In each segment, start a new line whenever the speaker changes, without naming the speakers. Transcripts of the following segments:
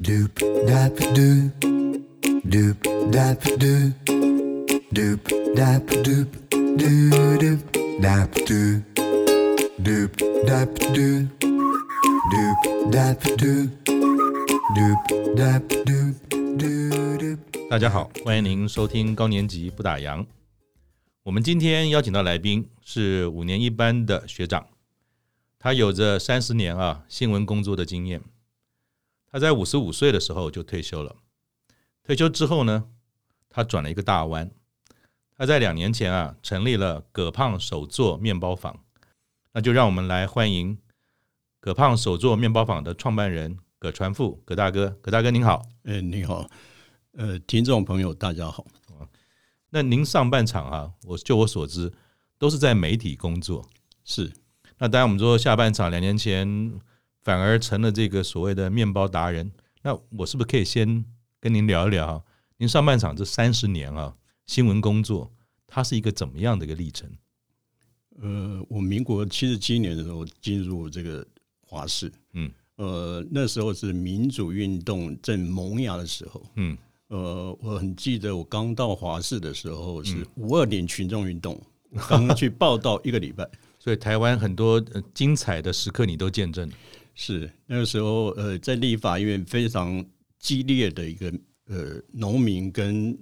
Doop dap doop, doop dap doop, doop dap doop, doo doop dap doop, doop dap doop, doop dap doop, doop dap doop, doo doop.，
大家好，欢迎您收听高年级不打烊。我们今天邀请到来宾是五年一班的学长，他有着三十年啊新闻工作的经验。他在五十五岁的时候就退休了。退休之后呢，他转了一个大弯。他在两年前啊成立了葛胖手作面包坊。那就让我们来欢迎葛胖手作面包坊的创办人葛传富，葛大哥。葛大哥您好。
哎，你好，呃，听众朋友，大家好。
那您上半场啊，我就我所知都是在媒体工作。
是，
那当然，我们说下半场两年前反而成了这个所谓的面包达人。那我是不是可以先跟您聊一聊、啊、您上半场这三十年啊新闻工作，它是一个怎么样的一个历程？
呃，我民国七十七年的时候进入这个华视，
嗯，
呃，那时候是民主运动正萌芽的时候，
嗯
呃，我很记得我刚到华视的时候
嗯
是五二年群众运动，我刚去报道一个礼拜，
所以台湾很多呃精彩的时刻你都见证了。
是那个时候，呃，在立法院非常激烈的一个呃农民跟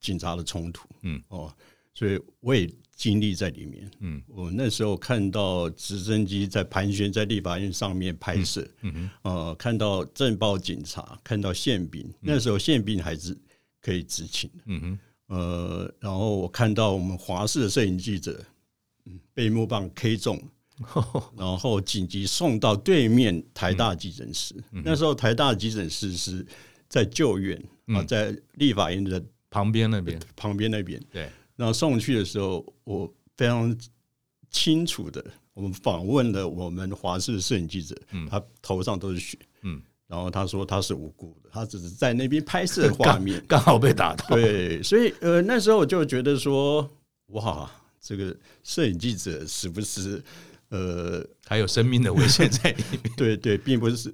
警察的冲突，
嗯
哦，所以我也经历在里面，
嗯，
我那时候看到直升机在盘旋在立法院上面拍摄，
嗯
呃，看到政报警察，看到宪兵，
嗯
那时候宪兵还是可以执勤的，
哼，嗯哼，
呃，然后我看到我们华视的摄影记者，嗯，被木棒 K 中，然后紧急送到对面台大急诊室。那时候台大急诊室是在救援、啊，在立法院的
旁边那边
旁边那边。
对，
然后送去的时候，我非常清楚的，我们访问了我们华视摄影记者，他头上都是血，
嗯，
然后他说他是无辜的，他只是在那边拍摄画面，
刚好被打 到。
对，所以呃那时候我就觉得说，哇，这个摄影记者是不是呃
还有生命的危险在里面。
对对，并不是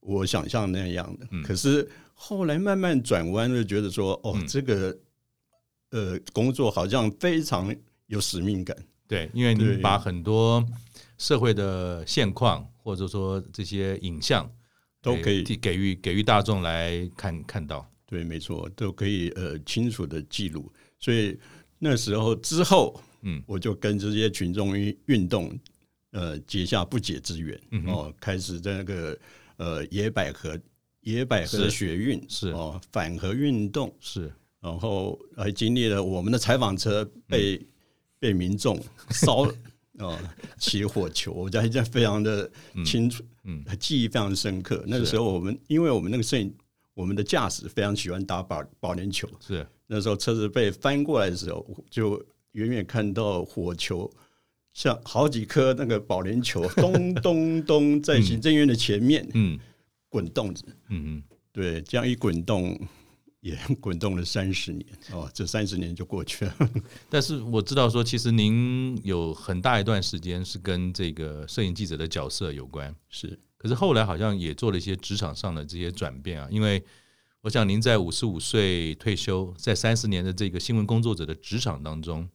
我想象那样的。可是后来慢慢转弯，就觉得说，哦，这个呃工作好像非常有使命感。
对，因为你
对
把很多社会的现况，或者说这些影像，
都可以
给给予给予大众来看看到。
对，没错，都可以呃清楚的记录。所以那时候之后，
嗯，
我就跟这些群众运运动呃结下不解之缘，
嗯
哦，开始在那个呃野百合野百合
是
的学运
是
哦反核运动，
是，
然后还经历了我们的采访车被、
嗯
被民众 烧啊、起火球，我还在非常的清楚，
嗯
记忆非常深刻。那个时候我们因为我们那个摄影，我们的驾驶非常喜欢打保保龄球，
是，
那时候车子被翻过来的时候，我就远远看到火球。像好几颗那个保龄 球，咚咚咚，在行政院的前面
嗯
滚动着，
嗯
对，这样一滚动，也 滚动了三十年哦，这三十年就过去了。
嗯。但是我知道说，其实您有很大一段时间是跟这个摄影记者的角色有关，
是
可是后来好像也做了一些职场上的这些转变啊。因为我想您在五十五岁退休，在三十年的这个新闻工作者的职场当中，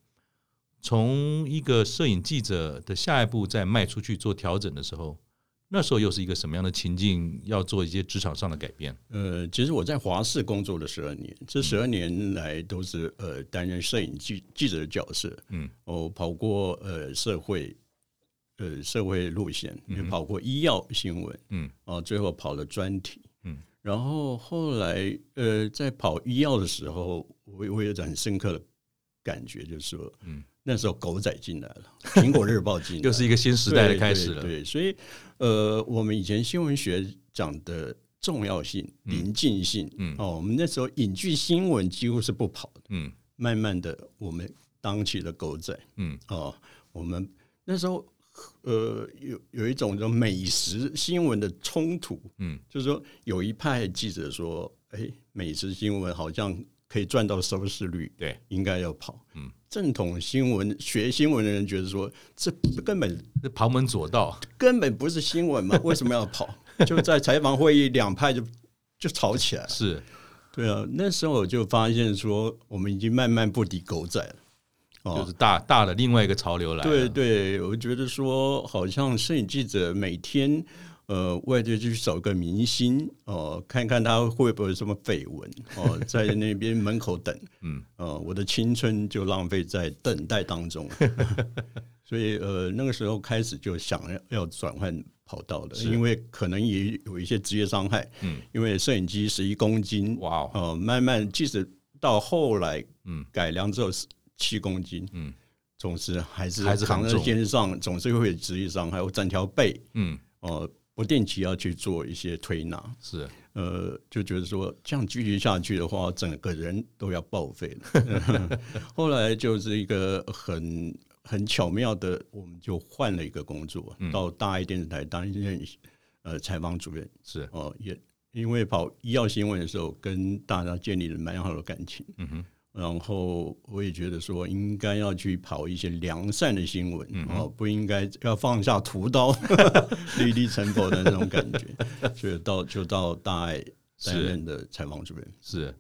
从一个摄影记者的下一步再迈出去做调整的时候，那时候又是一个什么样的情境？要做一些职场上的改变？
呃，其实我在华视工作了十二年，这十二年来都是呃担任摄影记记者的角色，
嗯，
哦，跑过呃社会呃社会路线，也跑过医药新闻，
嗯，
哦，最后跑了专题，
嗯，
然后后来呃在跑医药的时候，我我有一种很深刻的感觉，就是说，
嗯，
那时候狗仔进来了，苹果日报进来了，
又是一个新时代的开始了。
对对对所以呃，我们以前新闻学讲的重要性、临近性，
嗯
哦，我们那时候影剧新闻几乎是不跑的，
嗯
慢慢的我们当起了狗仔，
嗯
哦，我们那时候呃有有一种叫美食新闻的冲突，
嗯，
就是说有一派记者说，哎，美食新闻好像可以赚到收视率，
对，
应该要跑，
嗯。
正统新闻学新闻的人觉得说，这根本
这旁门左道，
根本不是新闻嘛，为什么要跑？就在采访会议，两派就就吵起来了。
是
对啊，那时候我就发现说，我们已经慢慢不敌狗仔了。
就是大大的另外一个潮流来了。
哦对对，我觉得说，好像摄影记者每天呃外界去找个明星哦、呃看看他会不会有什么绯闻哦、在那边门口等，
嗯，
呃，我的青春就浪费在等待当中。 所以呃，那个时候开始就想要要转换跑道了，因为可能也有一些职业伤害，
嗯，
因为摄影机十一公斤，
哇哦，
哦，慢慢即使到后来，
嗯
嗯，改良之后是七公斤，
嗯
嗯，总之还是
还是很
扛在
重
肩上，总是会有职业伤害。我整条背，
嗯，
哦，不定期要去做一些推拿，
是
呃，就觉得说这样继续下去的话，整个人都要报废 了。后来就是一个很很巧妙的，我们就换了一个工作，
嗯
到大爱电视台担任呃采访主任。
是，
哦，也因为跑医药新闻的时候，跟大家建立了蛮好的感情。
嗯哼，
然后我也觉得说，应该要去跑一些良善的新闻，
嗯
哦，不应该要放下屠刀， 立地成佛的那种感觉。所以到就到大爱担任的采访主任。
是。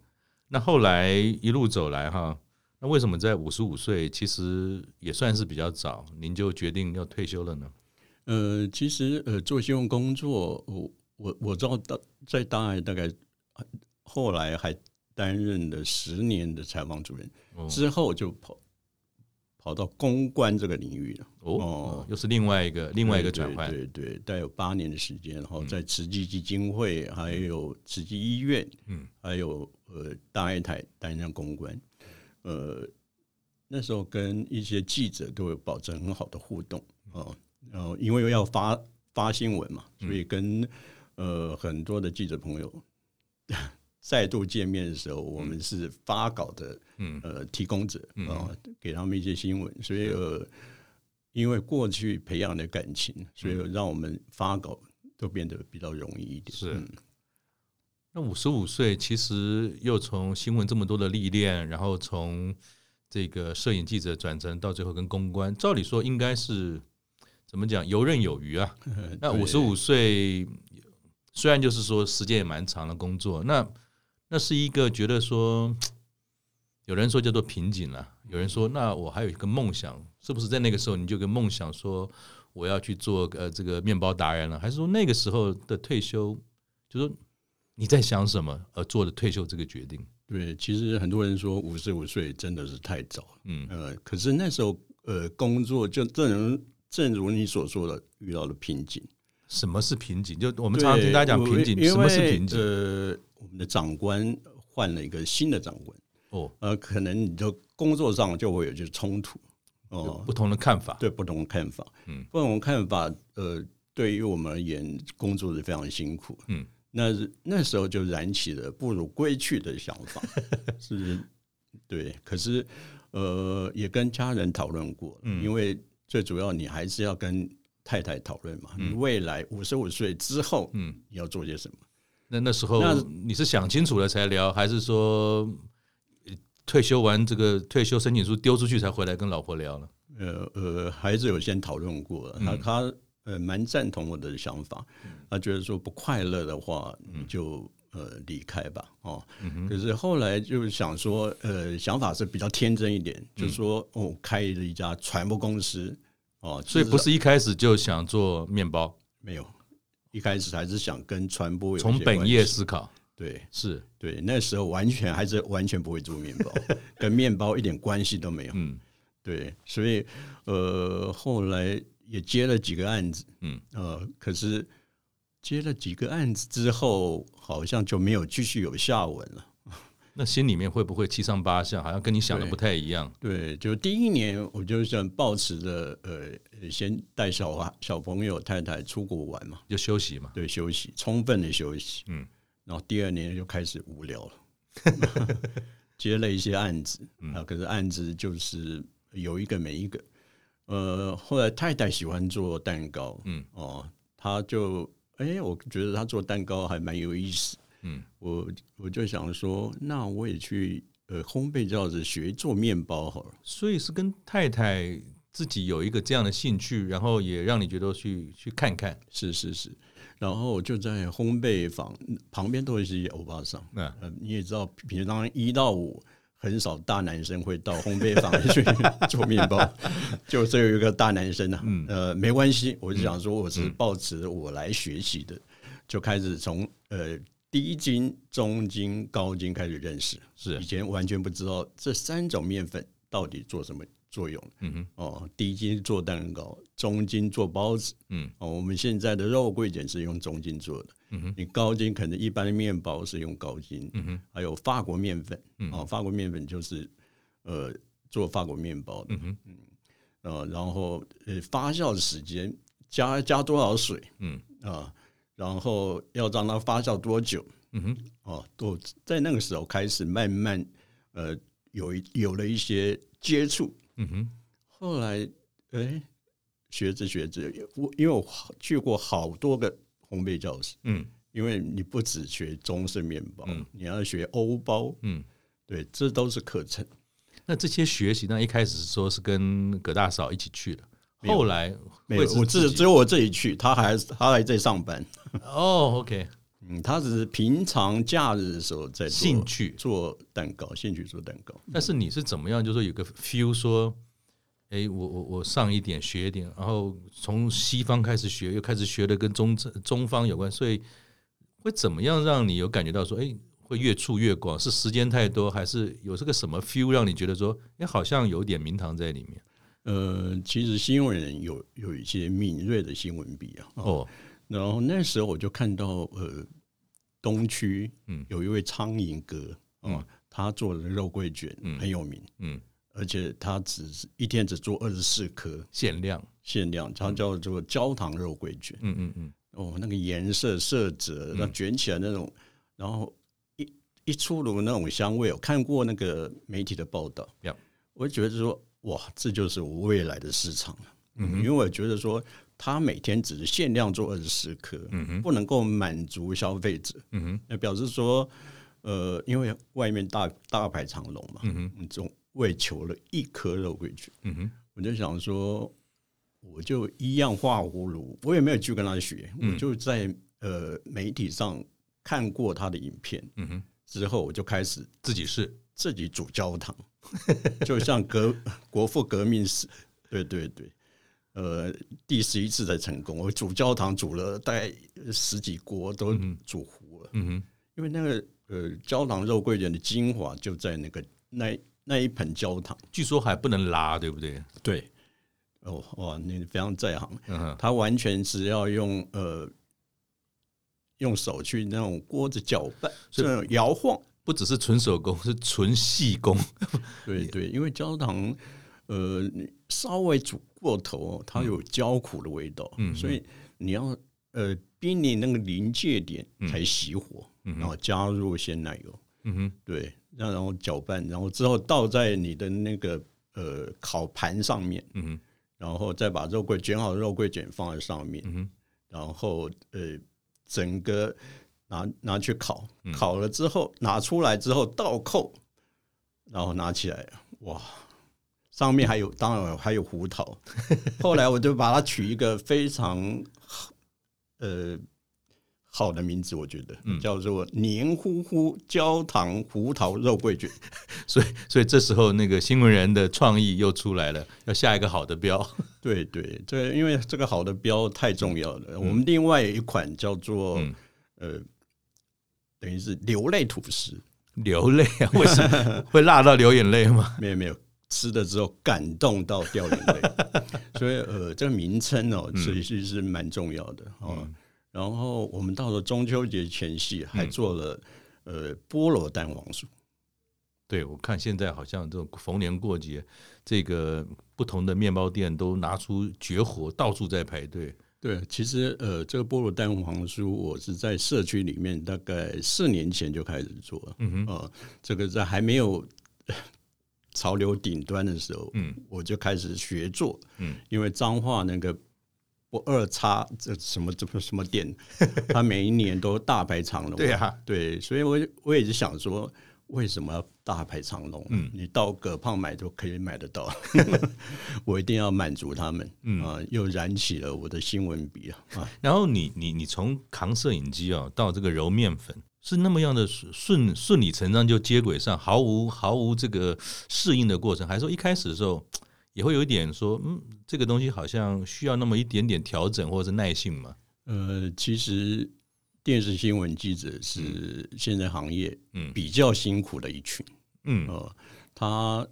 那后来一路走来哈，那为什么在五十五岁其实也算是比较早，您就决定要退休了呢？
呃，其实呃，做新闻工作，我我我知道大在大爱大概呃后来还担任了十年的采访主任，
哦
之后就跑跑到公关这个领域了。
哦
哦，
又是另外一个另外一个
对
转换，嗯
对对对，大概有八年的时间，然后在慈济基金会、还有慈济医院，
嗯，
还有呃大爱台担任公关，呃，那时候跟一些记者都有保持很好的互动
嗯
哦，然后因为要发发新闻嘛，所以跟呃很多的记者朋友 再度见面的时候，我们是发稿的
嗯
呃提供者啊、哦给他们一些新闻，所以呃，因为过去培养的感情，所以让我们发稿都变得比较容易一点。
是
嗯
那五十五岁，其实又从新闻这么多的历练，然后从这个摄影记者转成到最后跟公关，照理说应该是怎么讲游刃有余啊。
呃
那
对
五十五岁，虽然就是说时间也蛮长的工作，那那是一个觉得说，有人说叫做瓶颈了、有人说那我还有一个梦想，是不是在那个时候你就跟梦想说我要去做呃这个面包达人了，还是说那个时候的退休，就说你在想什么而做的退休这个决定？
对，其实很多人说五十五岁真的是太早了，
嗯
呃，可是那时候呃工作就正如正如你所说的遇到了瓶颈。
什么是瓶颈？就我
我
们常常听大家讲瓶颈，什么是瓶颈？
呃，我们的长官换了一个新的长官，
哦，
呃，可能你的工作上就会有些冲突哦，
不同的看法。
对不同的看法，
嗯
不同的看法，呃，对于我们而言，工作是非常辛苦，
嗯，
那那时候就燃起了不如归去的想法，是，对，可是呃，也跟家人讨论过，
嗯
因为最主要你还是要跟太太讨论嘛，你未来五十五岁之后，
嗯，
你要做些什么？
那那时候
那
你是想清楚了才聊，还是说呃退休完这个退休申请书丢出去才回来跟老婆聊了？
呃呃，还是有先讨论过了。
嗯
那他呃蛮赞同我的想法，他觉得说不快乐的话，你
嗯
就呃离开吧，哦。可是后来就想说，呃，想法是比较天真一点，
嗯
就说哦，开了一家船舶公司，哦，
所以
至
不
少
是一开始就想做面包，
没有，一开始还是想跟传播有一
从
些
本
关
业
系
思考
对
是
对，那时候完全还是完全不会做 面包，跟面包一点关系都没有。
嗯
对，所以呃，后来也接了几个案子，
嗯
呃，可是接了几个案子之后，好像就没有继续有下文了。
那心里面会不会七上八下，好像跟你想的
对
不太一样？
对，就第一年我就想抱持着呃，先带小孩、小朋友、太太出国玩嘛，
就休息嘛，
对，休息，充分的休息，
嗯，
然后第二年就开始无聊了， 接了一些案子
嗯
啊，可是案子就是有一个没一个。呃，后来太太喜欢做蛋糕，
嗯，
哦，她就哎、我觉得她做蛋糕还蛮有意思，
嗯，
我我就想说，那我也去呃烘焙教室学做面包好了。
所以是跟太太自己有一个这样的兴趣，然后也让你觉得去去看看，
是是是，然后我就在烘焙坊旁边都是一些欧巴桑，
嗯
呃，你也知道，平常一到五很少大男生会到烘焙坊去 做面包， 就只有一个大男生啊，
嗯
呃，没关系，我就想说我是抱持我来学习的，就开始从呃低筋、中筋、高筋开始认识，
是
以前完全不知道这三种面粉到底做什么作用
嗯哼，
哦，低筋做蛋糕，中筋做包子，
嗯
哦，我们现在的肉桂卷是用中筋做的，
嗯哼，
你高筋可能一般的面包是用高筋，
嗯哼，
还有法国面粉，
嗯
哦，法国面粉就是呃做法国面包的，
嗯哼，
呃，然后呃发酵时间加加多少水
嗯
啊、然后要让它发酵多久
嗯哼，
哦，都在那个时候开始慢慢呃有一有了一些接触，
嗯哼，
后来，哎，学着学着，我因为我去过好多个烘焙教室，
嗯
因为你不只学中式面包，
嗯
你要学欧包，
嗯。
对，这都是课程。
那这些学习，那一开始是说是跟葛大嫂一起去的，
没有
后来
没有
会，是
我
自
只
己
只有我自己去，他还他还在上班。
哦，OK，
嗯，他只是平常假日的时候在做
兴趣。
做蛋糕，兴趣做蛋糕。
但是你是怎么样？就是说有个 feel 说，哎，我我我上一点学一点，然后从西方开始学，又开始学的跟中中方有关，所以会怎么样让你有感觉到说，哎，会越触越广？是时间太多，还是有这个什么 feel 让你觉得说，哎，好像有点名堂在里面？
呃，其实新闻人有有一些敏锐的新闻笔啊，
哦，
然后那时候我就看到呃，东区
嗯
有一位苍蝇哥
嗯
哦，他做的肉桂卷
嗯
很有名，
嗯，
而且他只是一天只做二十四颗
限量，
限量，他叫做焦糖肉桂卷
嗯嗯嗯，
哦，那个颜色色泽，那卷起来那种，然后一一出炉那种香味，我看过那个媒体的报道
Yeah，
我觉得说哇，这就是我未来的市场了，
嗯
因为我觉得说。他每天只是限量做二十四颗，
嗯哼，
不能够满足消费者，
嗯哼，
那表示说，呃，因为外面大大排长龙嘛，
嗯哼，
你总为求了一颗肉桂卷，
嗯哼，
我就想说，我就一样画葫芦，我也没有去跟他学，
嗯
我就在呃媒体上看过他的影片
嗯哼，
之后，我就开始
自己是。
自己煮焦糖，就像革国父革命时，对对对，呃，第十一次才成功。我煮焦糖煮了大概十几锅，
嗯
都煮糊了，
嗯哼，
因为那个呃焦糖肉桂卷的精华就在那个那那一盆焦糖。
据说还不能拉，对不对？
对，哦哇，你非常在行，
嗯哼，
它完全只要用呃。用手去那种锅子搅拌，这种摇晃，
不只是纯手工，是纯细工。
对对，因为焦糖，呃，你稍微煮过头，哦它有焦苦的味道，
嗯
所以你要呃濒临那个临界点
嗯
才熄火，
嗯哼
然后加入鲜奶油，
嗯哼，
对，那然后搅拌，然后之后倒在你的那个呃烤盘上面，
嗯哼，
然后再把肉桂卷好的肉桂卷放在上面，
嗯哼，
然后呃整个拿拿去烤，烤了之后拿出来之后倒扣，然后拿起来，哇，上面还有当然还有胡桃，后来我就把它取一个非常呃好的名字，我觉得叫做黏糊糊焦糖胡桃肉桂卷。
所以所以这时候那个新闻人的创意又出来了，要下一个好的标。
对对，这因为这个好的标太重要了。我们另外有一款叫做、
嗯
呃，等于是流泪吐司，
流泪啊？为什么 会辣到流眼泪吗？
没有没有吃了之后感动到掉眼泪，所以呃，这个名称哦，其实是蛮重要的哦。然后我们到了中秋节前夕，还做了、呃菠萝蛋黄酥，
对，我看现在好像这种逢年过节，这个不同的面包店都拿出绝活，到处在排队。
对，其实呃，这个菠萝蛋黄酥，我是在社区里面大概四年前就开始做了。嗯哼，呃，这个在还没有呃潮流顶端的时候，
嗯，
我就开始学做。
嗯，
因为彰化那个不二叉这什么什么什么店，它每一年都大排长龙。
对啊，
对，所以我我也是想说，为什么要大排长龙？啊
嗯
你到葛胖买都可以买得 到，我一定要满足他们。
嗯
啊，又燃起了我的新闻笔啊！啊
然后你你你从扛摄影机哦到这个揉面粉，是那么样的顺顺顺理成章就接轨上，毫无毫无这个适应的过程，还是说一开始的时候也会有一点说，嗯，这个东西好像需要那么一点点调整或者是耐性嘛？
呃，其实电视新闻记者是现在行业
嗯
比较辛苦的一群，
嗯
呃，他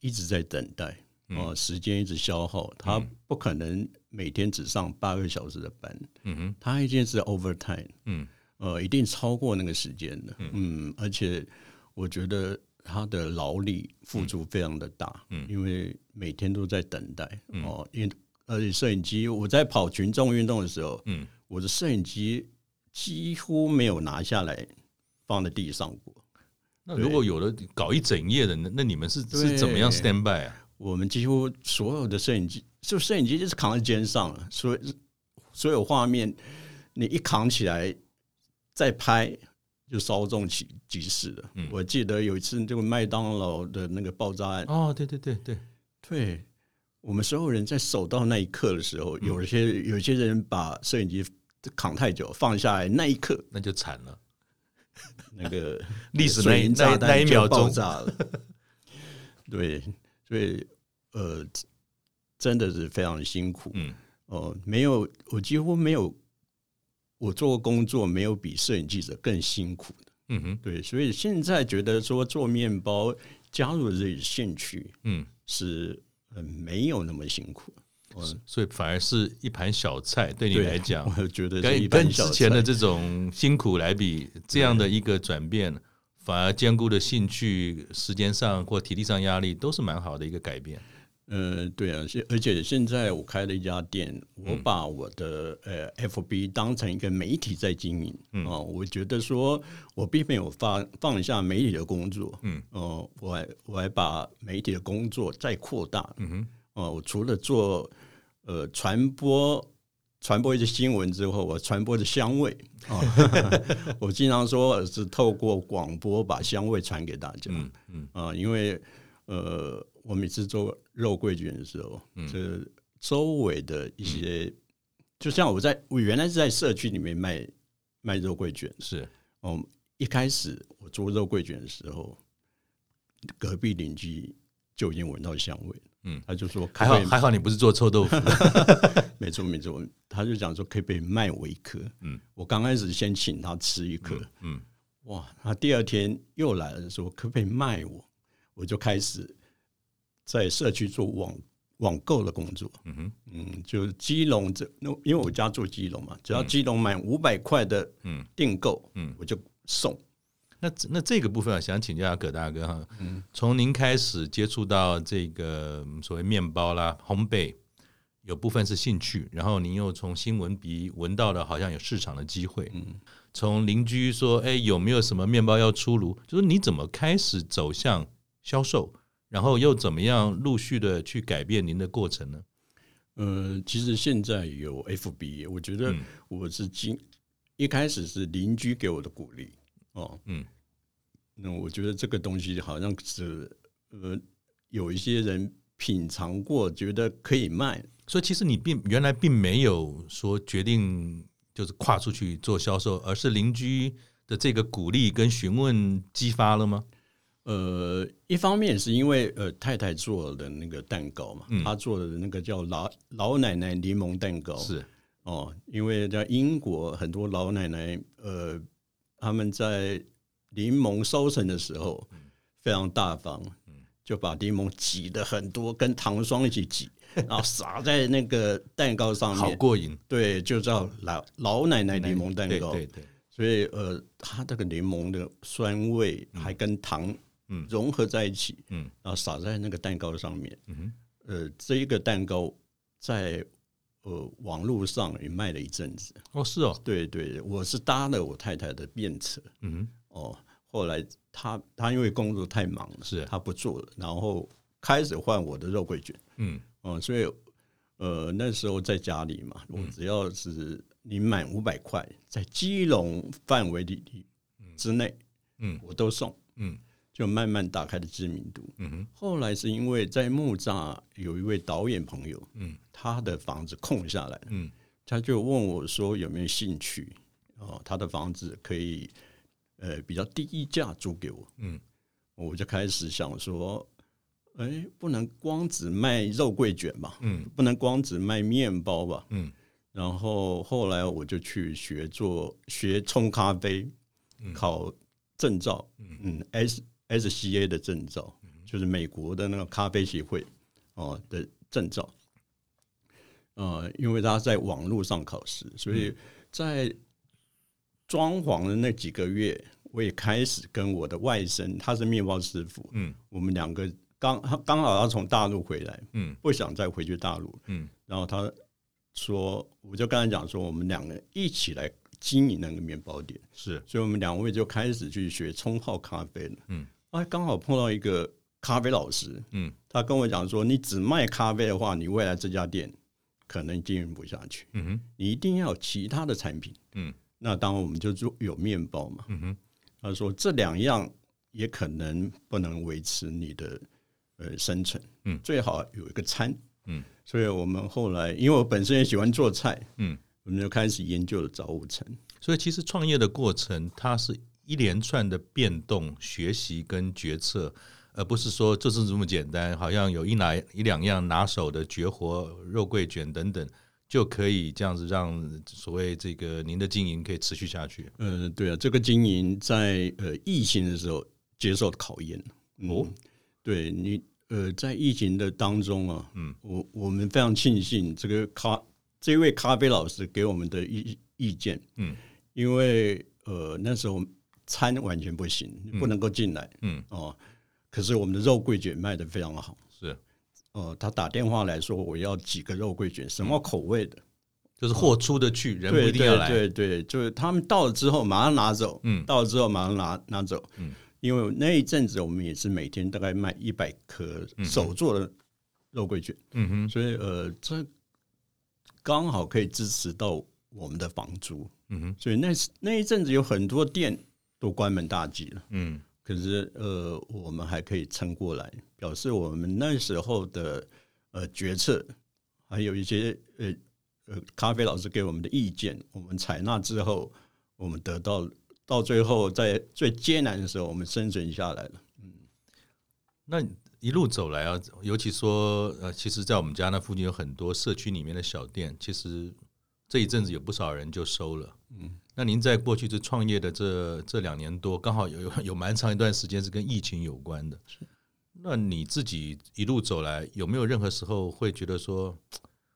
一直在等待，
嗯
呃，时间一直消耗，他不可能每天只上八个小时的班，
嗯哼
他一定是 overtime，
嗯
呃，一定超过那个时间的，嗯，而且我觉得。他的劳力付出非常的大，
嗯
因为每天都在等待、哦，因而且摄影机我在跑群众运动的时候，
嗯
我的摄影机几乎没有拿下来放在地上过。
那如果有的搞一整夜的，那那你们是是怎么样
对
stand by 啊？
我们几乎所有的摄影机，就摄影机就是扛在肩上了，所以所有画面你一扛起来再拍。就稍纵即即逝了。
嗯
我记得有一次，这个麦当劳的那个爆炸案，
哦，对对对对，
对我们所有人在守到那一刻的时候，
嗯
有些有些人把摄影机扛太久放下来，那一刻
那就惨了。
那 个
历史那
水
一
银炸弹
那一那一
就
秒钟
爆炸了。 对，所以呃，真的是非常辛苦。
嗯
哦、没有，我几乎没有，我做过工作没有比摄影记者更辛苦的。
嗯哼
对，所以现在觉得说做面包加入自己兴趣
嗯，
是呃没有那么辛苦。呃
所所以反而是一盘小菜，对你
对
来讲，
我觉得是一
跟
般
跟
小
之前的
菜
这种辛苦来比，这样的一个转变，反而兼顾了兴趣、时间上或体力上压力，都是蛮好的一个改变。
呃，对啊，现而且现在我开了一家店，
嗯
我把我的、呃 FB 当成一个媒体在经营。嗯、我觉得说我并没有放放下媒体的工作。
嗯，
哦、我还我还把媒体的工作再扩大。
嗯哼，
哦、我除了做呃传播。传播一些新闻之后，我传播的香味啊，哦 我经常说是透过广播把香味传给大家。
嗯嗯
啊、因为呃，我每次做肉桂卷的时候，
嗯
这周围的一些，就像我在我原来是在社区里面卖卖肉桂卷，
是
嗯，一开始我做肉桂卷的时候，隔壁邻居就已经闻到香味了，
嗯
他就说
还好
可不可以
还好你不是做臭豆腐，
没错没错，他就讲说可不可以卖我一颗，
嗯
我刚开始先请他吃一颗，
嗯
哇，他第二天又来了，说可不可以卖我？我就开始在社区做网网购的工作。
嗯哼
嗯，就基隆这，那因为我家住基隆嘛，只要基隆满五百块的
嗯。
订购，
嗯
我就送。
那那这个部分啊，想请教一下葛大哥哈，从您开始接触到这个嗯所谓面包啦、烘焙，有部分是兴趣，然后您又从新闻鼻闻到了好像有市场的机会，从邻居说，哎，有没有什么面包要出炉？就是你怎么开始走向销售，然后又怎么样陆续的去改变您的过程呢？
呃，其实现在有 FB，我觉得
嗯
我是经、一开始是邻居给我的鼓励哦，
嗯，
那我觉得这个东西好像是呃，有一些人品尝过，觉得可以卖，
所以其实你并原来并没有说决定就是跨出去做销售，而是邻居的这个鼓励跟询问激发了吗？
呃，一方面是因为呃太太做的那个蛋糕嘛，
嗯
她做的那个叫老老奶奶柠檬蛋糕
是，
哦，因为在英国很多老奶奶呃他们在柠檬收成的时候
嗯
非常大方，就把柠檬挤的很多，跟糖霜一 起挤，然后撒在那个蛋糕上
好
面，
过瘾。
对，就叫老老奶奶柠檬蛋糕，
对对对，
所以呃，它这个柠檬的酸味还跟糖
嗯
融合在一起，
嗯
然后撒在那个蛋糕上面。
嗯哼
呃，这一个蛋糕在呃网络上也卖了一阵子。
哦是哦，
对对，我是搭了我太太的便车
嗯
哦，后来她她因为工作太忙了，
是
她不做了，然后开始换我的肉桂卷。
哼嗯
哦、所以呃那时候在家里嘛，
嗯
我只要是你满五百块，在基隆范围里之内，
嗯
我都送。
嗯
就慢慢打开了知名度。
嗯哼
后来是因为在木栅有一位导演朋友，
嗯
他的房子空下来了，
嗯
他就问我说有没有兴趣哦，他的房子可以呃比较低价租给我，
嗯
我就开始想说，哎，不能光只卖肉桂卷吧，
嗯
不能光只卖面包吧。
嗯
然后后来我就去学做学冲咖啡，考证照，嗯，S SCA 的证照，就是美国的那个咖啡协会哦的证照。呃，因为他在网络上考试，所以在装潢的那几个月，我也开始跟我的外甥，他是面包师傅，
嗯
我们两个刚他刚好他从大陆回来，
嗯
不想再回去大陆，
嗯
然后他说，我就跟他讲说，我们两个一起来经营那个面包店，
是
所以我们两位就开始去学冲泡咖啡了。
嗯，
啊，刚好碰到一个咖啡老师，
嗯
他跟我讲说，你只卖咖啡的话，你未来这家店可能经营不下去，
嗯哼
你一定要有其他的产品。
嗯
那当然，我们就做有面包嘛。
嗯哼
他说这两样也可能不能维持你的呃生存，
嗯
最好有一个餐，
嗯，
所以我们后来因为我本身也喜欢做菜，
嗯，
我们就开始研究了早午餐，
所以其实创业的过程，它是一连串的变动、学习跟决策，而不是说就是这么简单，好像有一拿一两样拿手的绝活、肉桂卷等等，就可以这样子让所谓这个您的经营可以持续下去。
呃，对啊，这个经营在呃疫情的时候接受考验，嗯、
哦，
对你呃在疫情的当中啊，
嗯，
我我们非常庆幸这个咖这位咖啡老师给我们的意意见，
嗯
因为呃那时候餐完全不行，不能够进来
嗯，
哦。可是我们的肉桂卷卖的非常好，
是，
呃，他打电话来说我要几个肉桂卷，
嗯
什么口味的，
就是货出得去，人不
对
一定要来。
对对对，就是他们到了之后马上拿走，
嗯
到了之后马上拿拿走，
嗯
因为那一阵子我们也是每天大概卖一百颗手做的肉桂卷，
嗯哼，
所以呃，这刚好可以支持到我们的房租，
嗯哼，
所以那时那一阵子有很多店都关门大吉了，
嗯
可是呃，我们还可以撑过来，表示我们那时候的呃决策，还有一些呃呃咖啡老师给我们的意见，我们采纳之后，我们得到到最后在最艰难的时候，我们生存下来了。
那一路走来啊，尤其说呃，其实，在我们家那附近有很多社区里面的小店，其实这一阵子有不少人就收了。嗯，那您在过去这创业的这这两年多，刚好有有有蛮长一段时间是跟疫情有关的。那你自己一路走来，有没有任何时候会觉得说，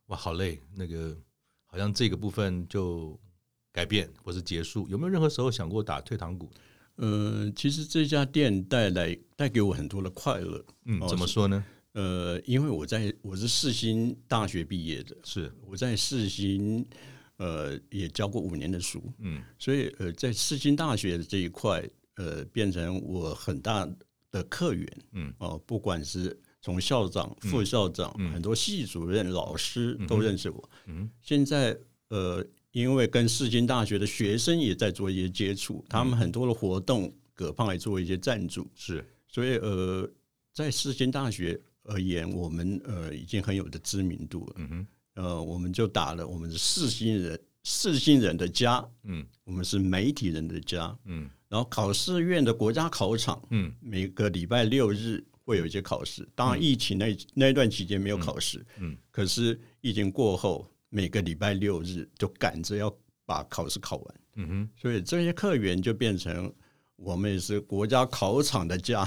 哇，好累，那个好像这个部分就改变或是结束？有没有任何时候想过打退堂鼓？
呃，其实这家店带来带给我很多的快乐。
嗯，
哦
怎么说呢？
呃，因为我在我是世新大学毕业的，
是，
我在世新呃也教过五年的书，
嗯
所以呃，在世新大学的这一块，呃，变成我很大的客源
嗯
哦、不管是从校长、副校长，
嗯
很多系主任、老师都认识我。
嗯
现在呃，因为跟世新大学的学生也在做一些接触，他们很多的活动，葛胖也做一些赞助，
嗯是，
所以呃，在世新大学而言，我们呃已经很有的知名度了。
嗯哼，
呃，我们就打了我们是世新人，世新人的家。
嗯
我们是媒体人的家，
嗯
然后考试院的国家考场，
嗯
每个礼拜六日会有一些考试。当然，疫情那那段期间没有考试，
嗯嗯
可是疫情过后，每个礼拜六日就赶着要把考试考完，
嗯哼。
所以这些客源就变成我们也是国家考场的家，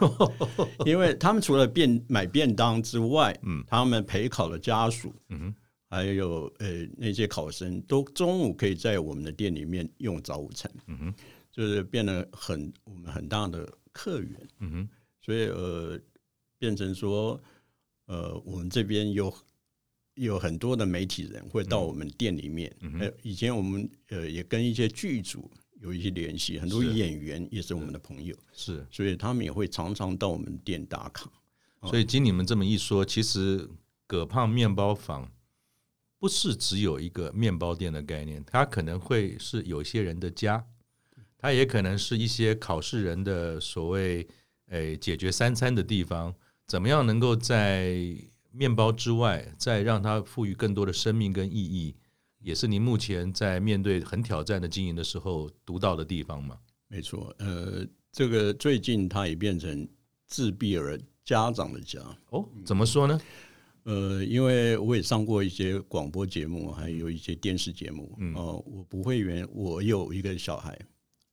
嗯
因为他们除了便买便当之外，
嗯
他们陪考的家属，
嗯哼
还有呃那些考生都中午可以在我们的店里面用早午餐，
嗯哼，
就是变得很我们很大的客源，
嗯哼，
所以呃变成说呃我们这边有有很多的媒体人会到我们店里面，呃以前我们呃也跟一些剧组有一些联系，很多
是嗯
演员也是我们的朋友，
是。
所以他们也会常常到我们店打卡。
所以经你们这么一说，其实葛胖面包房不是只有一个面包店的概念，它可能会是有些人的家，它也可能是一些考试人的所谓诶解决三餐的地方，怎么样能够在面包之外再让它赋予更多的生命跟意义，也是您目前在面对很挑战的经营的时候读到的地方嘛？
没错，呃，这个最近它也变成自闭儿家长的家，
哦，怎么说呢？
呃，因为我也上过一些广播节目，还有一些电视节目。
嗯
呃，我不会员，我有一个小孩，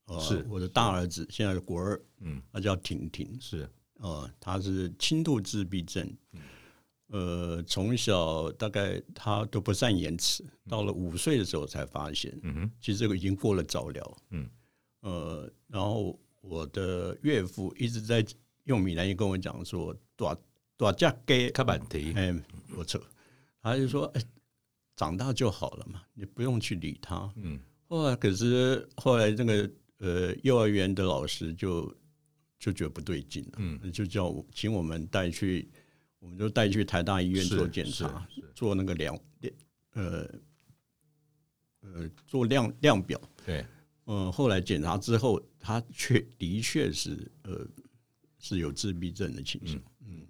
呃，
是
我的大儿子，现在的国二，
嗯，
他叫婷婷，
是
呃，他是轻度自闭症，
嗯
呃，从小大概他都不善言辞，到了五岁的时候才发现，
嗯哼，
其实这个已经过了早疗，
嗯，
呃，然后我的岳父一直在用闽南语跟我讲说，大大家给
卡板提，
哎，我错，他就说，哎，长大就好了嘛，你不用去理他。
嗯
后来可是后来那个呃幼儿园的老师就就觉得不对劲了，
嗯，
就叫我请我们带去，我们就带去台大医院
是
做检查，
是是
做那个量呃呃做量量表。
对，
呃，后来检查之后，他确的确是呃是有自闭症的倾向，嗯，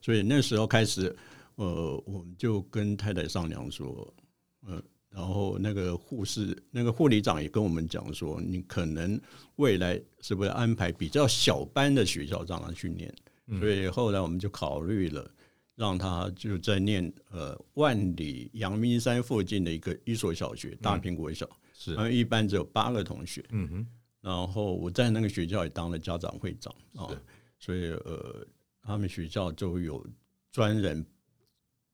所以那时候开始，呃，我们就跟太太商量说，呃，然后那个护士、那个护理长也跟我们讲说，你可能未来是不是安排比较小班的学校让他去念，所以后来我们就考虑了。让他就在念呃万里阳明山附近的一个一所小学大苹果小，
是
然后一班只有八个同学，
嗯哼，
然后我在那个学校也当了家长会长啊
是，
所以呃，他们学校就有专人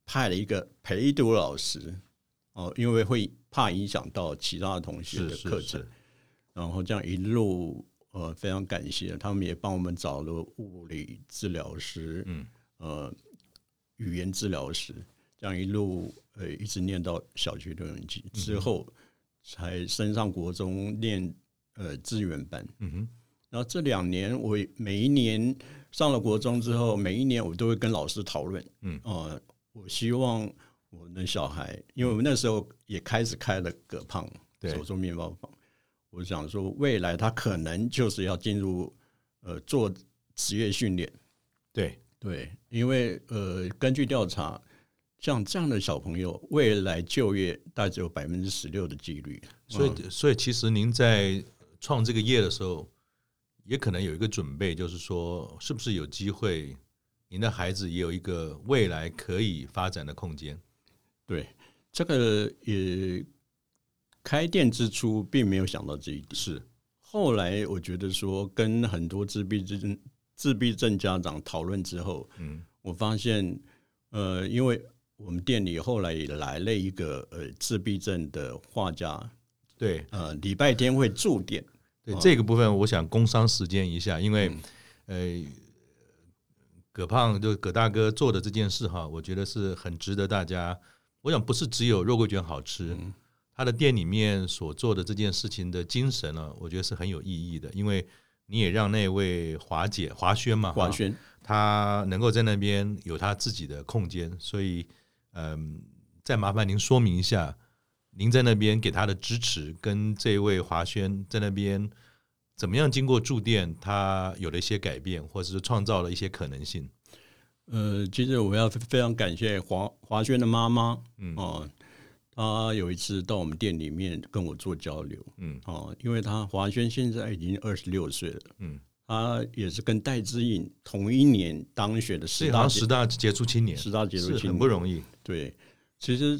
派了一个陪读老师哦，因为会怕影响到其他的同
是
学的课
是
程
是，，
然后这样一路呃，非常感谢他们也帮我们找了物理治疗师，
嗯，
呃，语言治疗师，这样一路呃一直念到小学六年级之后，才升上国中念呃志愿班。
嗯哼，
然后这两年，我每一年上了国中之后，每一年我都会跟老师讨论，
嗯
呃，我希望我们的小孩，因为我们那时候也开始开了葛胖
对
手做面包坊，我想说未来他可能就是要进入呃做职业训练，
对，
对，因为呃根据调查，像这样的小朋友未来就业大概只有百分之十六的几率，
所以，所以其实您在创这个业的时候，也可能有一个准备，就是说，是不是有机会，您的孩子也有一个未来可以发展的空间？
对，这个也开店之初并没有想到这一点。
是，
后来我觉得说，跟很多自闭症自闭症家长讨论之后，
嗯，
我发现，呃，因为我们店里后来也来了一个呃自闭症的画家，
对，
呃，礼拜天会驻店，
对、这个部分，我想工商时间一下，因为，
嗯
呃，葛胖就葛大哥做的这件事哈，我觉得是很值得大家。我想不是只有肉桂卷好吃，
嗯
他的店里面所做的这件事情的精神呢、我觉得是很有意义的，因为你也让那位华姐华轩嘛，
华轩，
他能够在那边有他自己的空间，所以，嗯，再麻烦您说明一下，您在那边给他的支持，跟这位华轩在那边怎么样经过驻店，他有了一些改变，或者是创造了一些可能性。
呃，其实我要非常感谢华华轩的妈妈，嗯，哦、她有一次到我们店里面跟我做交流，
嗯，
哦，因为她华轩现在已经二十六岁了，
嗯，
她也是跟戴之颖同一年当选的
这
十
好像
大杰
十大杰出青年，
十大杰出
是
青
很
年
不容易。
对，其实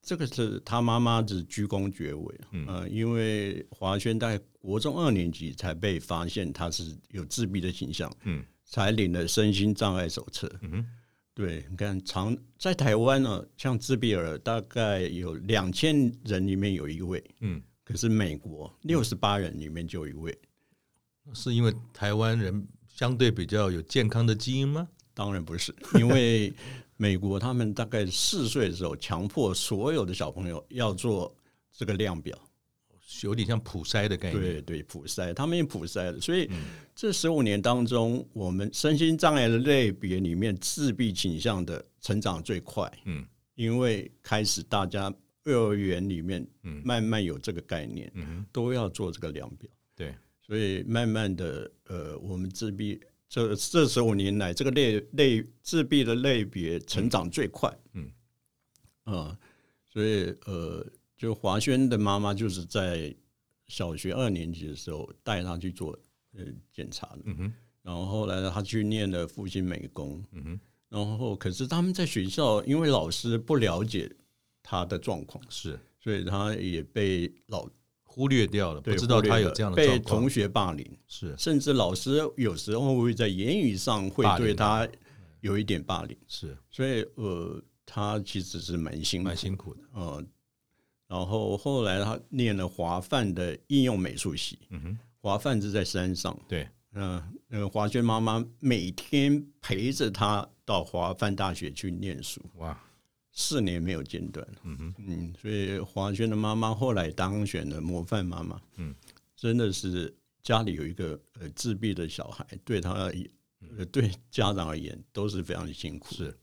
这个是他妈妈是鞠躬绝尾，嗯、因为华轩在国中二年级才被发现他是有自闭的倾向，
嗯，
才领了身心障碍手册，
嗯哼，
对，你看常在台湾呢，像自闭儿大概有两千人里面有一位，
嗯，
可是美国六十八人里面就有一位，
是因为台湾人相对比较有健康的基因吗？
当然不是，因为美国他们大概四岁的时候强迫所有的小朋友要做这个量表。
有点像普筛的概念。嗯
对对，普筛，他们也普筛了。所以这十五年当中，我们身心障碍的类别里面，自闭倾向的成长最快。
嗯，
因为开始大家幼儿园里面，慢慢有这个概念，
嗯嗯哼，
都要做这个量表。
对，
所以慢慢的，呃，我们自闭这这十五年来，这个类类自闭的类别成长最快，
嗯
嗯，呃，所以呃，就华轩的妈妈就是在小学二年级的时候带他去做呃检查的，
嗯哼，
然后后来他去念了复兴美工，
嗯哼，
然后可是他们在学校因为老师不了解他的状况，
是
所以他也被老
忽略掉了，不
对
知道
忽略
他有
了
这样的
被
状
同
况，
学霸凌。
是
甚至老师有时候会在言语上会
霸凌
对他有一点霸凌，
是
所以呃，他其实是蛮辛苦，
蛮辛苦的，
呃。然后后来他念了华范的应用美术系，
嗯哼，
华范是在山上，
对，
嗯、那个华轩妈妈每天陪着他到华范大学去念书，
哇，
四年没有间断，
嗯哼，
嗯，所以华轩的妈妈后来当选了模范妈妈，
嗯，
真的是家里有一个呃自闭的小孩，对他而言，呃，对家长而言都是非常辛苦。
嗯是，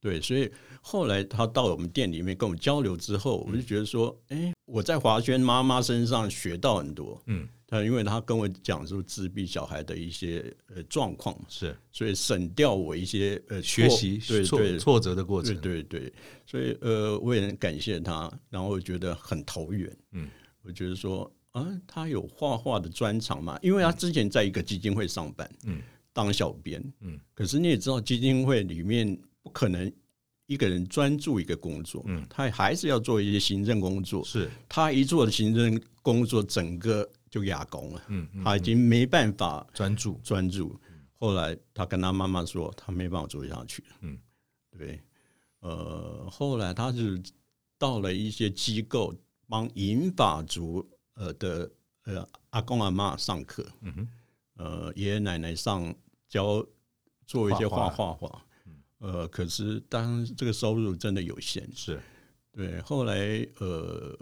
对，所以后来他到我们店里面跟我们交流之后，
嗯
我就觉得说，哎、我在华轩妈妈身上学到很多。
嗯，
她因为她跟我讲述自闭小孩的一些呃状况嘛，
是
所以省掉我一些呃
学
错
习
对
挫
对
挫折的过
对
程，
对对，所以呃，我也很感谢他，然后我觉得很投缘。
嗯，
我觉得说啊，他有画画的专长嘛，因为他之前在一个基金会上班，
嗯，
当小编，
嗯，
可是你也知道，基金会里面不可能一个人专注一个工作，
嗯，
他还是要做一些行政工作。
是，
他一做行政工作，整个就哑工了，
嗯嗯，
他已经没办法
专注，
专注。后来他跟他妈妈说，他没办法做下去了。
嗯，
对，呃，后来他是到了一些机构帮银发族呃的呃阿公阿妈上课，
嗯哼，
呃爷爷奶奶上教做一些
画画嗯
画画画。呃，可是当这个收入真的有限，
是，
对，后来呃，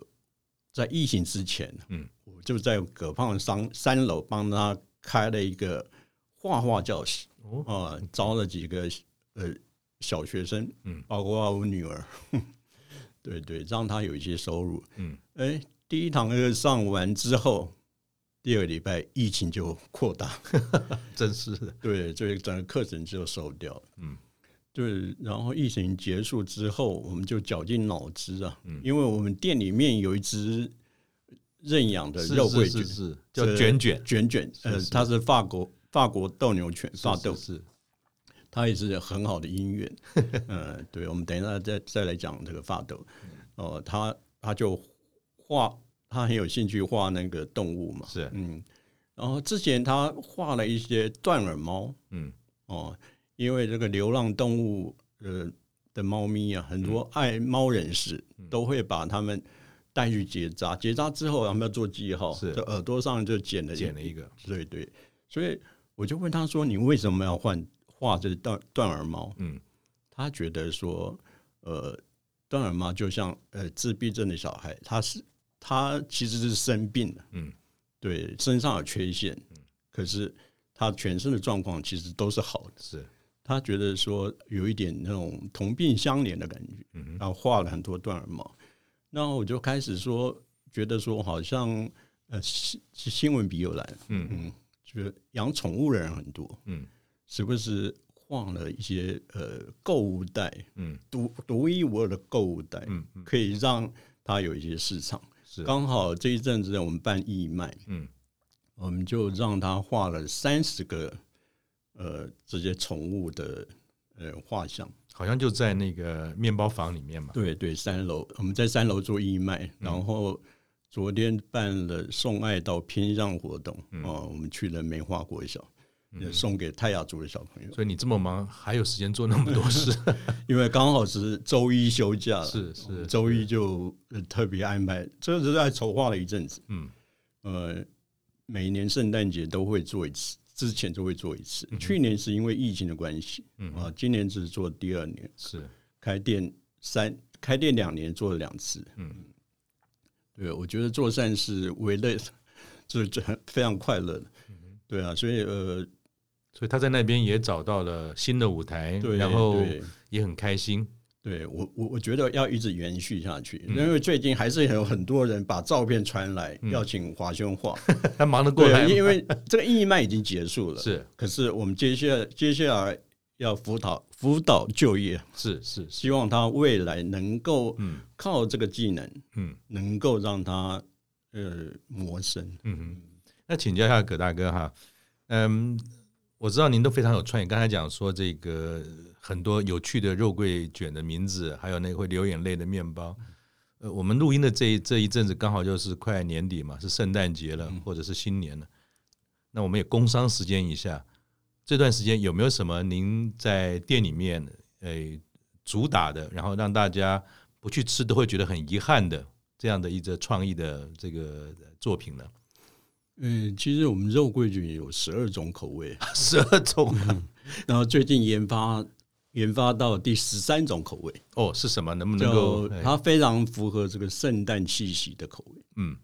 在疫情之前，
嗯，
我就在葛胖商三楼帮他开了一个画画教室，
哦
啊、招了几个呃小学生，
嗯
包括我女儿， 对对，让他有一些收入。
嗯，
哎，第一堂课上完之后，第二个礼拜疫情就扩大，
真是的，
对，所以整个课程就收掉了。
嗯，
对。然后疫情结束之后，我们就绞尽脑汁啊，
嗯
因为我们店里面有一只认养的
是
肉桂
是
卷
是，是，叫
这
卷卷，
卷卷，呃
是是，
它是法国法国斗牛犬法
是
斗，
是
它也是很好的音乐。嗯，对，我们等一下再再来讲这个法斗。
嗯
哦、他他就画，他很有兴趣画那个动物嘛。
是，
嗯，然后之前他画了一些断耳猫。
嗯
哦，因为这个流浪动物呃的猫咪啊，很多爱猫人士都会把它们带去结扎，结扎之后他们要做记号，
是
这耳朵上就剪了
捡了一个，
对对，所以我就问他说：“你为什么要换画这断断耳猫
嗯？”
他觉得说：“呃，断耳猫就像呃自闭症的小孩，他是他其实是生病了，
嗯，
对，身上有缺陷，可是他全身的状况其实都是好的。”
是，
他觉得说有一点那种同病相怜的感觉，
嗯
然后画了很多断耳猫。那我就开始说，觉得说好像呃新新闻笔有来，
嗯
嗯，就是养宠物的人很多，
嗯
是不是画了一些呃购物袋，
嗯
独独一无二的购物袋，
嗯嗯
可以让它有一些市场。
是，
刚好这一阵子我们办义卖，
嗯
我们就让他画了三十个呃这些宠物的呃画像。
好像就在那个面包房里面嘛，
对对，三楼我们在三楼做义卖，
嗯
然后昨天办了送爱到偏向活动，
嗯
哦，我们去了梅花国小，也送给泰雅族的小朋友，
所以你这么忙还有时间做那么 多事，
因为刚好是周一休假了，
是是
我们周一就呃特别安排，这是在筹划了一阵子，
嗯
呃，每年圣诞节都会做一次，之前都会做一
嗯
次。去年是因为疫情的关系，啊，今年是做第二年，
是，
开店三开店两年做了两次，嗯，对，我觉得做善事为乐， 这这很非常快乐的，
嗯
对啊，所以呃，
所以他在那边也找到了新的舞台，
对，
然后
对
也很开心，
对我我我觉得要一直延续下去，
嗯
因为最近还是有很多人把照片传来，要请华兄画。
他忙得嗯 过来
对，
吗，
因为这个义卖已经结束了，
是
可是我们接下来接下来要辅导辅导就业，
是是嗯是，
希望他未来能够靠这个技能，
嗯
能够让他呃磨身。
嗯哼。那请教一下葛大哥哈，嗯，我知道您都非常有创意，刚才讲说这个很多有趣的肉桂卷的名字，还有那个会流眼泪的面包。呃，我们录音的这一这一阵子刚好就是快年底嘛，是圣诞节了，或者是新年了。那我们也工商时间一下，这段时间有没有什么您在店里面呃主打的，然后让大家不去吃都会觉得很遗憾的这样的一个创意的这个作品呢？
嗯，其实我们肉桂卷有十二种口味，
十二种啊
然后最近研发研发到第十三种口味，
哦，是什么？能不能够哎
就？它非常符合这个圣诞气息的口味。
嗯，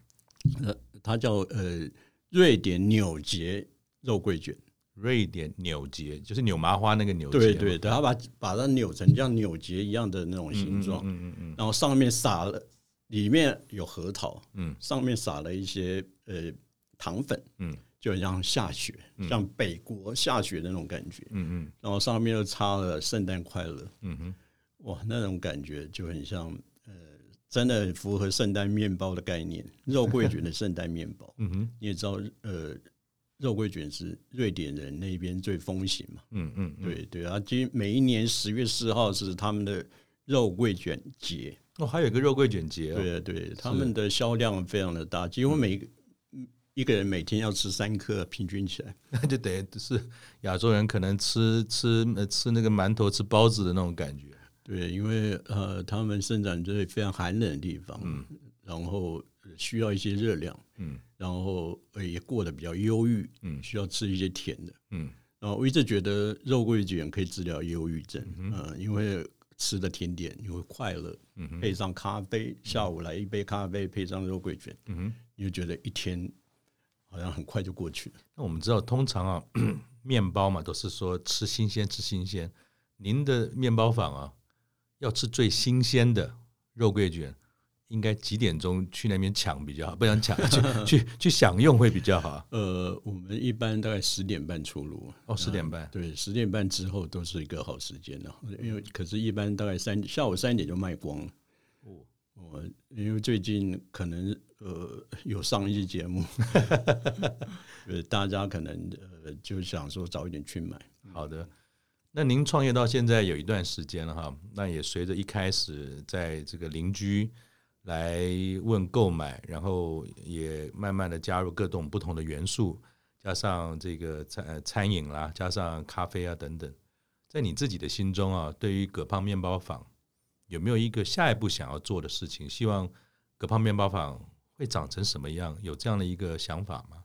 呃，它叫呃瑞典扭结肉桂卷。
瑞典扭结就是扭麻花那个扭结，
对对，对，他把把它扭成像扭结一样的那种
嗯，
形状，
嗯嗯嗯
然后上面撒了，里面有核桃，
嗯
上面撒了一些呃糖粉，
嗯
就很像下雪，像北国下雪的那种感觉，
嗯嗯
然后上面又插了圣诞快乐，
嗯嗯，
哇，那种感觉就很像呃，真的很符合圣诞面包的概念，肉桂卷的圣诞面 包
嗯嗯
你也知道，呃，肉桂卷是瑞典人那边最风行嘛。
嗯嗯，嗯，
对对啊，今每一年十月四号是他们的肉桂卷节，
哦，还有一个肉桂卷哦结，，
对对，他们的销量非常的大，几乎每个
嗯
一个人每天要吃三颗，平均起来。
那 就等于是亚洲人可能吃吃呃吃那个馒头吃包子的那种感觉，
对，因为呃，他们生长在非常寒冷的地方，然后呃需要一些热量，
嗯
然后呃也过得比较忧郁，
嗯
需要吃一些甜的。
嗯
然后我一直觉得肉桂卷可以治疗忧郁症，嗯、因为吃的甜点你会快乐，
嗯
配上咖啡，下午来一杯咖啡，配上肉桂卷，
嗯哼。
你就觉得一天好像很快就过去了。
那我们知道，通常啊， 面包嘛都是说吃新鲜，吃新鲜。您的面包坊啊，要吃最新鲜的肉桂卷，应该几点钟去那边抢比较好？不想抢，去 去去享用会比较好啊。
呃，我们一般大概十点半出炉，
哦，十点半，
对，十点半之后都是一个好时间了、因为可是，一般大概三下午三点就卖光了。
哦
我因为最近可能呃有上一期 节目，呃大家可能呃就想说早一点去买，
好的。那您创业到现在有一段时间了哈，那也随着一开始在这个邻居来问购买，然后也慢慢的加入各种不同的元素，加上这个餐呃餐饮啦，加上咖啡啊等等，在你自己的心中啊，对于葛胖面包坊有没有一个下一步想要做的事情？希望葛胖面包坊会长成什么样？有这样的一个想法吗？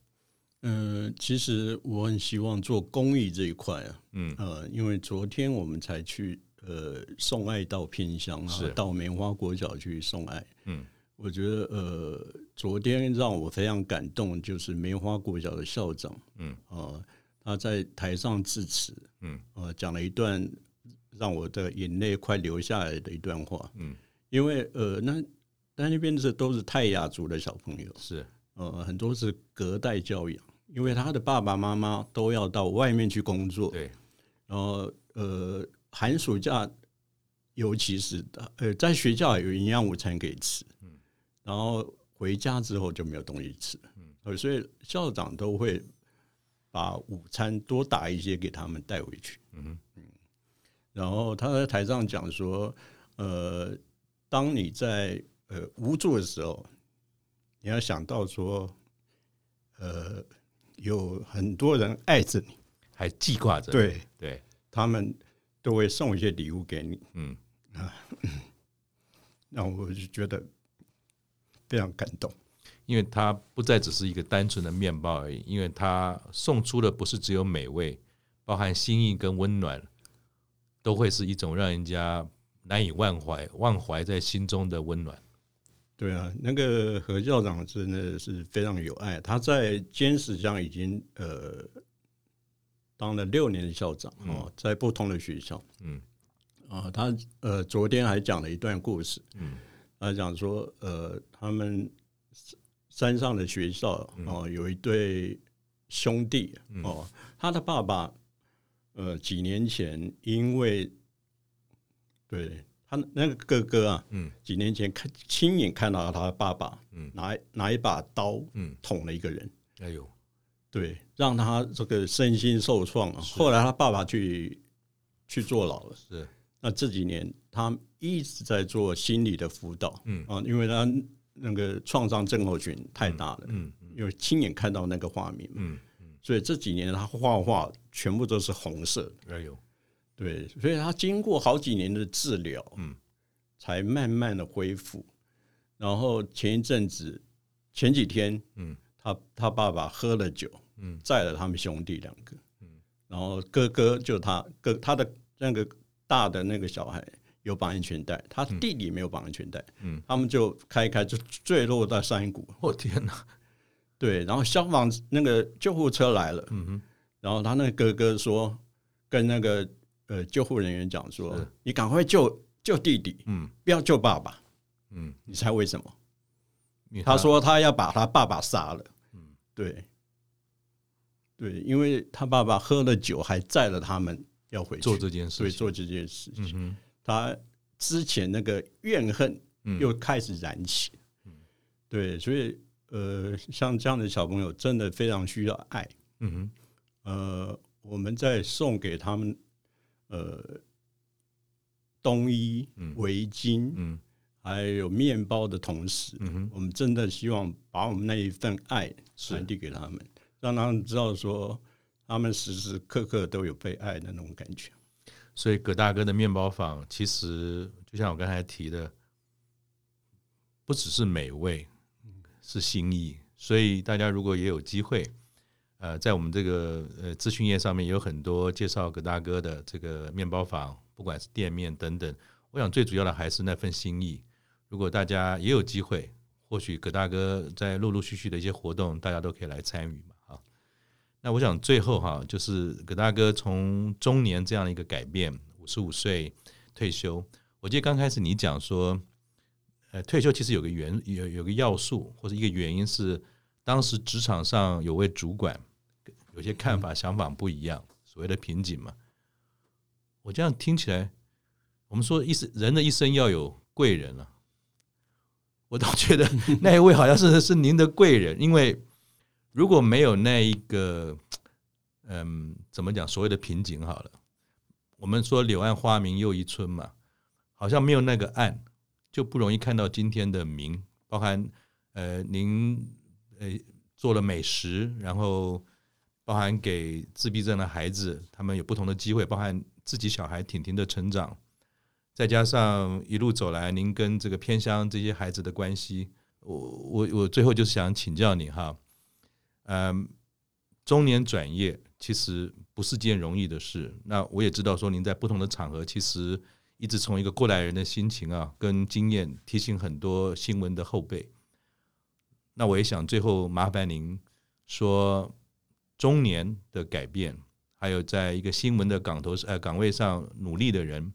嗯，其实我很希望做公益这一块啊，
嗯
呃，因为昨天我们才去呃送爱到偏乡
是
啊，到梅花国小去送爱。
嗯
我觉得呃，昨天让我非常感动，就是梅花国小的校长，
嗯
呃，他在台上致辞，
嗯
呃，讲了一段让我的眼泪快流下来的一段话，
嗯，
因为呃，那那那边是都是泰雅族的小朋友，
是
呃，很多是隔代教养，因为他的爸爸妈妈都要到外面去工作，
对，
然后呃，寒暑假尤其是呃，在学校有营养午餐可以吃，嗯，然后回家之后就没有东西吃，嗯，呃，所以校长都会把午餐多打一些给他们带回去，嗯嗯，然后他在台上讲说，呃，当你在呃无助的时候，你要想到说，呃，有很多人爱着你，
还记挂着，
对。
对，
他们都会送一些礼物给你，啊
嗯。
那我就觉得非常感动。
因为它不再只是一个单纯的面包而已，因为它送出的不是只有美味，包含心意跟温暖，都会是一种让人家难以忘怀、忘怀在心中的温暖。
对啊，那个何校长真的是非常有爱，他在监视上已经呃当了六年的校长哦，在不同的学校，
嗯，
啊，他呃昨天还讲了一段故事，
嗯
他讲说呃他们山上的学校哦、有一对兄弟
嗯
哦，他的爸爸呃几年前因为对他那个哥哥啊，
嗯
几年前看亲眼看到他爸爸
嗯
拿拿一把刀
嗯，
捅了一个人。
哎呦，
对，让他这个身心受创啊。
是
后来他爸爸去去坐牢了。
是，
那这几年他一直在做心理的辅导，
嗯
啊，因为他那个创伤症候群太大了，
嗯
因为亲眼看到那个画面嘛，
嗯，
所以这几年他画画全部都是红色。
哎呦，
对，所以他经过好几年的治疗，
嗯，
才慢慢的恢复。然后前一阵子，前几天，
嗯
他他爸爸喝了酒，
嗯
载了他们兄弟两个，
嗯
然后哥哥就他哥他的那个大的那个小孩有绑安全带，他弟弟没有绑安全带，
嗯，
他们就开一开就坠落到山谷，
我天哪，
对，然后消防那个救护车来了，
嗯哼，
然后他那个哥哥说跟那个呃救护人员讲说
是，
你赶快救救弟弟，
嗯
不要救爸爸，
嗯，
你猜为什么？
你
他说他要把他爸爸杀了。
嗯
对，对，因为他爸爸喝了酒，还载了他们要回去
做这件
对
事情，
做这件事情。
嗯哼，
他之前那个怨恨
嗯
又开始燃起。
嗯
对，所以呃，像这样的小朋友真的非常需要爱。
嗯哼，
呃，我们在送给他们呃冬衣
嗯、
围巾、
嗯
还有面包的同时，
嗯哼，
我们真的希望把我们那一份爱
是
传递给他们，让他们知道说，他们时时刻刻都有被爱的那种感觉。
所以葛大哥的面包坊其实就像我刚才提的，不只是美味，是心意。所以大家如果也有机会，呃，在我们这个呃资讯页上面也有很多介绍葛大哥的这个面包坊，不管是店面等等，我想最主要的还是那份心意。如果大家也有机会，或许葛大哥在陆陆续续的一些活动，大家都可以来参与嘛，啊。那我想最后哈，就是葛大哥从中年这样的一个改变，五十五岁退休。我记得刚开始你讲说，呃，退休其实有个原有有个要素或者一个原因是，当时职场上有位主管有些看法想法不一样，所谓的瓶颈嘛。我这样听起来，我们说一生人的一生要有贵人了、我倒觉得 那一位好像是是您的贵人，因为如果没有那一个，嗯，怎么讲所谓的瓶颈好了，我们说柳暗花明又一村嘛，好像没有那个暗，就不容易看到今天的明，包含呃您呃做了美食，然后包含给自闭症的孩子他们有不同的机会，包含自己小孩婷婷的成长。再加上一路走来，您跟这个偏乡这些孩子的关系，我我我最后就是想请教你哈，嗯，中年转业其实不是件容易的事。那我也知道说您在不同的场合，其实一直从一个过来人的心情啊，跟经验提醒很多新闻的后辈。那我也想最后麻烦您说，中年的改变，还有在一个新闻的岗头呃岗位上努力的人，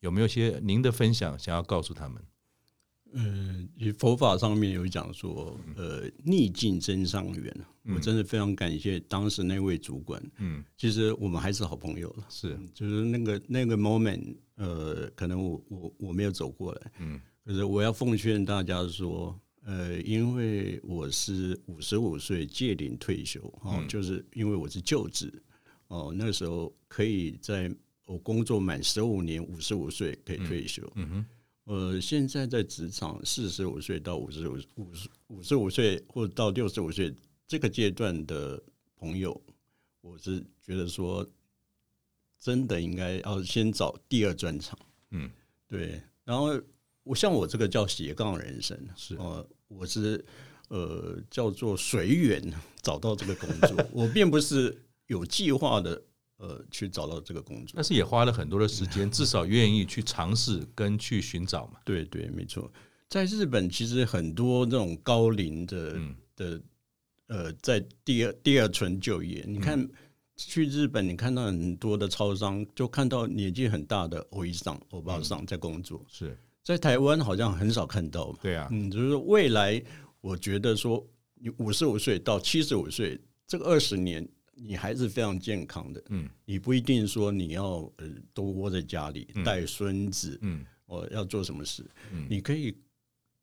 有没有些您的分享想要告诉他们？
嗯，其实佛法上面有讲说，呃，逆境真上缘。我真的非常感谢当时那位主管，
嗯，
其实我们还是好朋友了。
是，
就是那个那个 moment，呃，可能我我我没有走过来，
嗯，
可是我要奉劝大家说，呃，因为我是五十五岁届龄退休，哦，
嗯
就是因为我是就职，哦，那个时候可以在我工作满十五年，五十五岁可以退休，
嗯哼，
呃，现在在职场四十五岁到五十五五十五十五岁或者到六十五岁这个阶段的朋友，我是觉得说，真的应该要先找第二专场。
嗯，
对。然后我像我这个叫斜杠人生，
是
呃，我是呃叫做随缘找到这个工 作，我并不是有计划的呃去找到这个工作
但。是也花了很多的时间，至少愿意去尝试跟去寻找嘛。
对对，没错。在日本，其实很多这种高龄的、
嗯嗯
的，呃，在第二第二春就业，你看去日本，你看到很多的超商，就看到年纪很大的欧医上、欧
嗯
巴上在工作，
是
在台湾好像很少看到嘛。
对啊，
嗯，就是未来，我觉得说，你五十五岁到七十五岁这个二十年，你还是非常健康的。
嗯，
你不一定说你要呃都窝在家里
嗯
带孙子，
嗯
哦，要做什么事，
嗯
你可以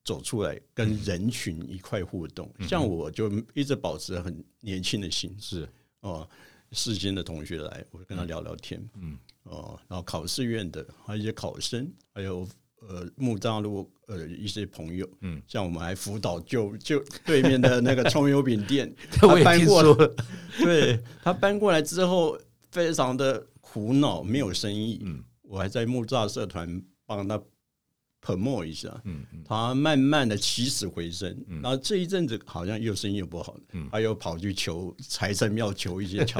走出来跟人群一块互动。
嗯
像我就一直保持很年轻的心
是
哦，世新的同学来，我跟他聊聊天，
嗯
哦，然后考试院的，还有一些考生，还有呃木栅路呃一些朋友，
嗯，
像我们还辅导就就对面的那个葱油饼店
嗯
我也
他搬
听
过
说
来， 对他搬过来之后非常的苦恼，没有生意，
嗯
我还在木栅社团帮他 promote 一下，
嗯嗯
他慢慢的起死回生，然后这一阵子好像又生意又不好了，他又跑去求财神庙求一些巧，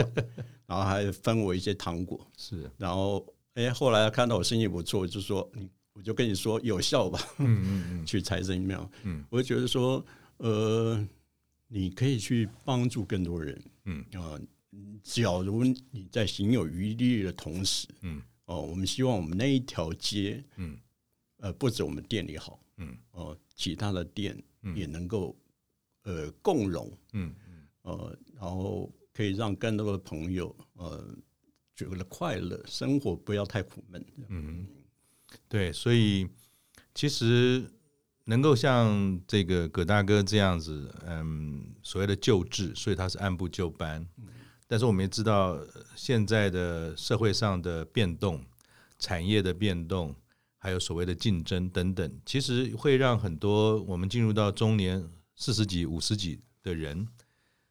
然后还分我一些糖果，
是
然后哎、后来看到我生意不错，就说你我就跟你说有效吧，
嗯嗯
去财神庙，
嗯
我就觉得说呃，你可以去帮助更多人，
嗯
啊、假如你在行有余力的同时，
嗯
哦，我们希望我们那一条街，
嗯
呃，不止我们店里好，
嗯
哦，其他的店
嗯
也能够、呃共融，
嗯
呃，然后可以让更多的朋友呃觉得快乐，生活不要太苦闷。
嗯，对，所以其实能够像这个葛大哥这样子，嗯，所谓的救治，所以他是按部就班。但是我们也知道，呃现在的社会上的变动、产业的变动，还有所谓的竞争等等，其实会让很多我们进入到中年四十几、五十几的人，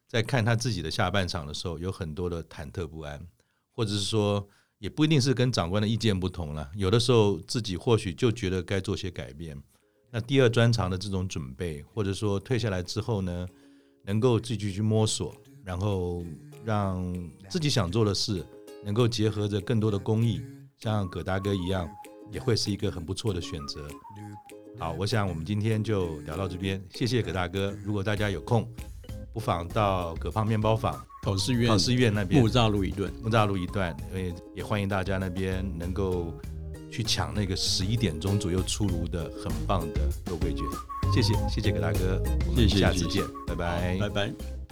在看他自己的下半场的时候，有很多的忐忑不安，或者是说，也不一定是跟长官的意见不同了，有的时候自己或许就觉得该做些改变。那第二专长的这种准备，或者说退下来之后呢，能够自己去摸索，然后让自己想做的事能够结合着更多的公益，像葛大哥一样，也会是一个很不错的选择。好，我想我们今天就聊到这边，谢谢葛大哥。如果大家有空，不妨到葛胖面包坊、
考试院
考试院那边
木栅路一段，
木栅路一段，也也欢迎大家那边能够去抢那个十一点钟左右出炉的很棒的肉桂卷。谢谢，谢谢葛大哥，我
谢
们
谢
下
谢
次
谢
见，拜拜
拜拜。